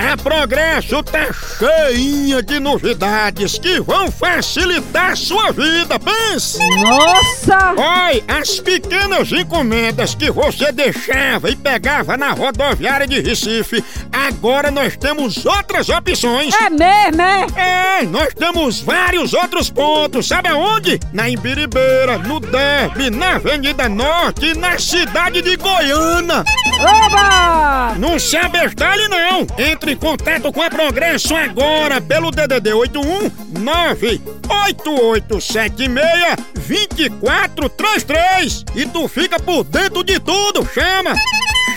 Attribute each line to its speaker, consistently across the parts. Speaker 1: É Progresso tá cheinha de novidades que vão facilitar sua vida, pense!
Speaker 2: Nossa!
Speaker 1: Oi, as pequenas encomendas que você deixava e pegava na rodoviária de Recife, agora nós temos outras opções.
Speaker 2: É mesmo, é?
Speaker 1: É, nós temos vários outros pontos, sabe aonde? Na Imbiribeira, no Derby, na Avenida Norte e na cidade de Goiânia.
Speaker 2: Oba!
Speaker 1: Não se abestalhe não! Entre em contato com a Progresso agora pelo DDD 81 98876 2433 e tu fica por dentro de tudo! Chama!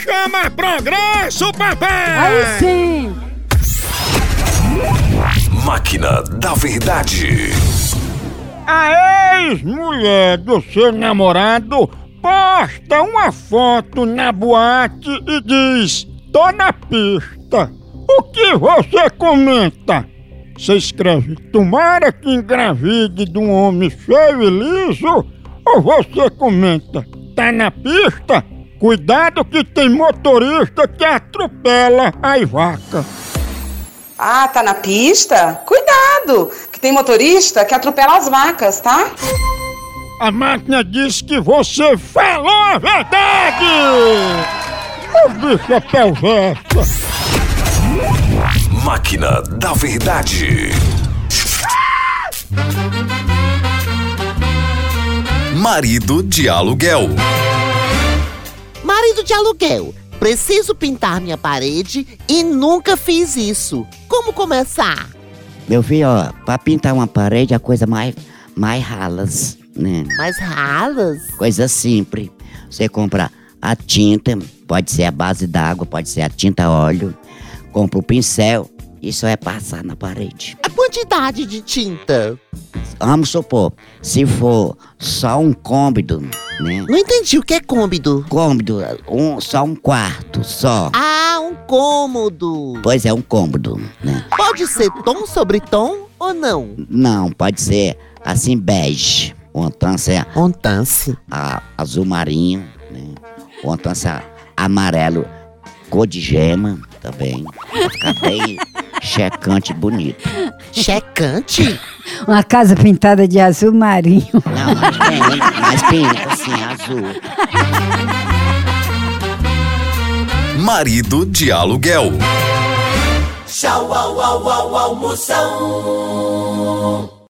Speaker 1: Chama Progresso, papai!
Speaker 2: Aí sim!
Speaker 3: Máquina da Verdade.
Speaker 1: A ex-mulher do seu namorado posta uma foto na boate e diz: Tô na pista. O que você comenta? Você escreve: Tomara que engravide de um homem feio e liso? Ou você comenta: Tá na pista? Cuidado que tem motorista que atropela as vacas.
Speaker 4: Ah, tá na pista? Cuidado, que tem motorista que atropela as vacas, tá?
Speaker 1: A máquina diz que você falou a verdade! Ô bicha perversa!
Speaker 3: Máquina da Verdade. Marido de aluguel.
Speaker 5: Marido de aluguel, preciso pintar minha parede e nunca fiz isso. Como começar?
Speaker 6: Meu filho, ó, pra pintar uma parede é a coisa mais, mais ralas, né?
Speaker 5: Mas ralas?
Speaker 6: Coisa simples. Você compra a tinta, pode ser a base d'água, pode ser a tinta óleo. Compra o pincel e só é passar na parede.
Speaker 5: A quantidade de tinta?
Speaker 6: Vamos supor, se for só um cômodo, né?
Speaker 5: Não entendi o que é cômodo.
Speaker 6: Cômodo, um, só um quarto, só.
Speaker 5: Ah, um cômodo.
Speaker 6: Pois é, um cômodo, né?
Speaker 5: Pode ser tom sobre tom ou não?
Speaker 6: Não, pode ser assim bege. Ou então ser
Speaker 5: Ontance.
Speaker 6: a- azul marinho, né? Ou então se a- amarelo, cor de gema também. Vai Ficar bem checante e bonito.
Speaker 5: Checante?
Speaker 2: Uma casa pintada de azul marinho.
Speaker 6: Não, mas tem, mas pinta assim, azul.
Speaker 3: Marido de aluguel.
Speaker 7: Tchau, au, au, au, almoção.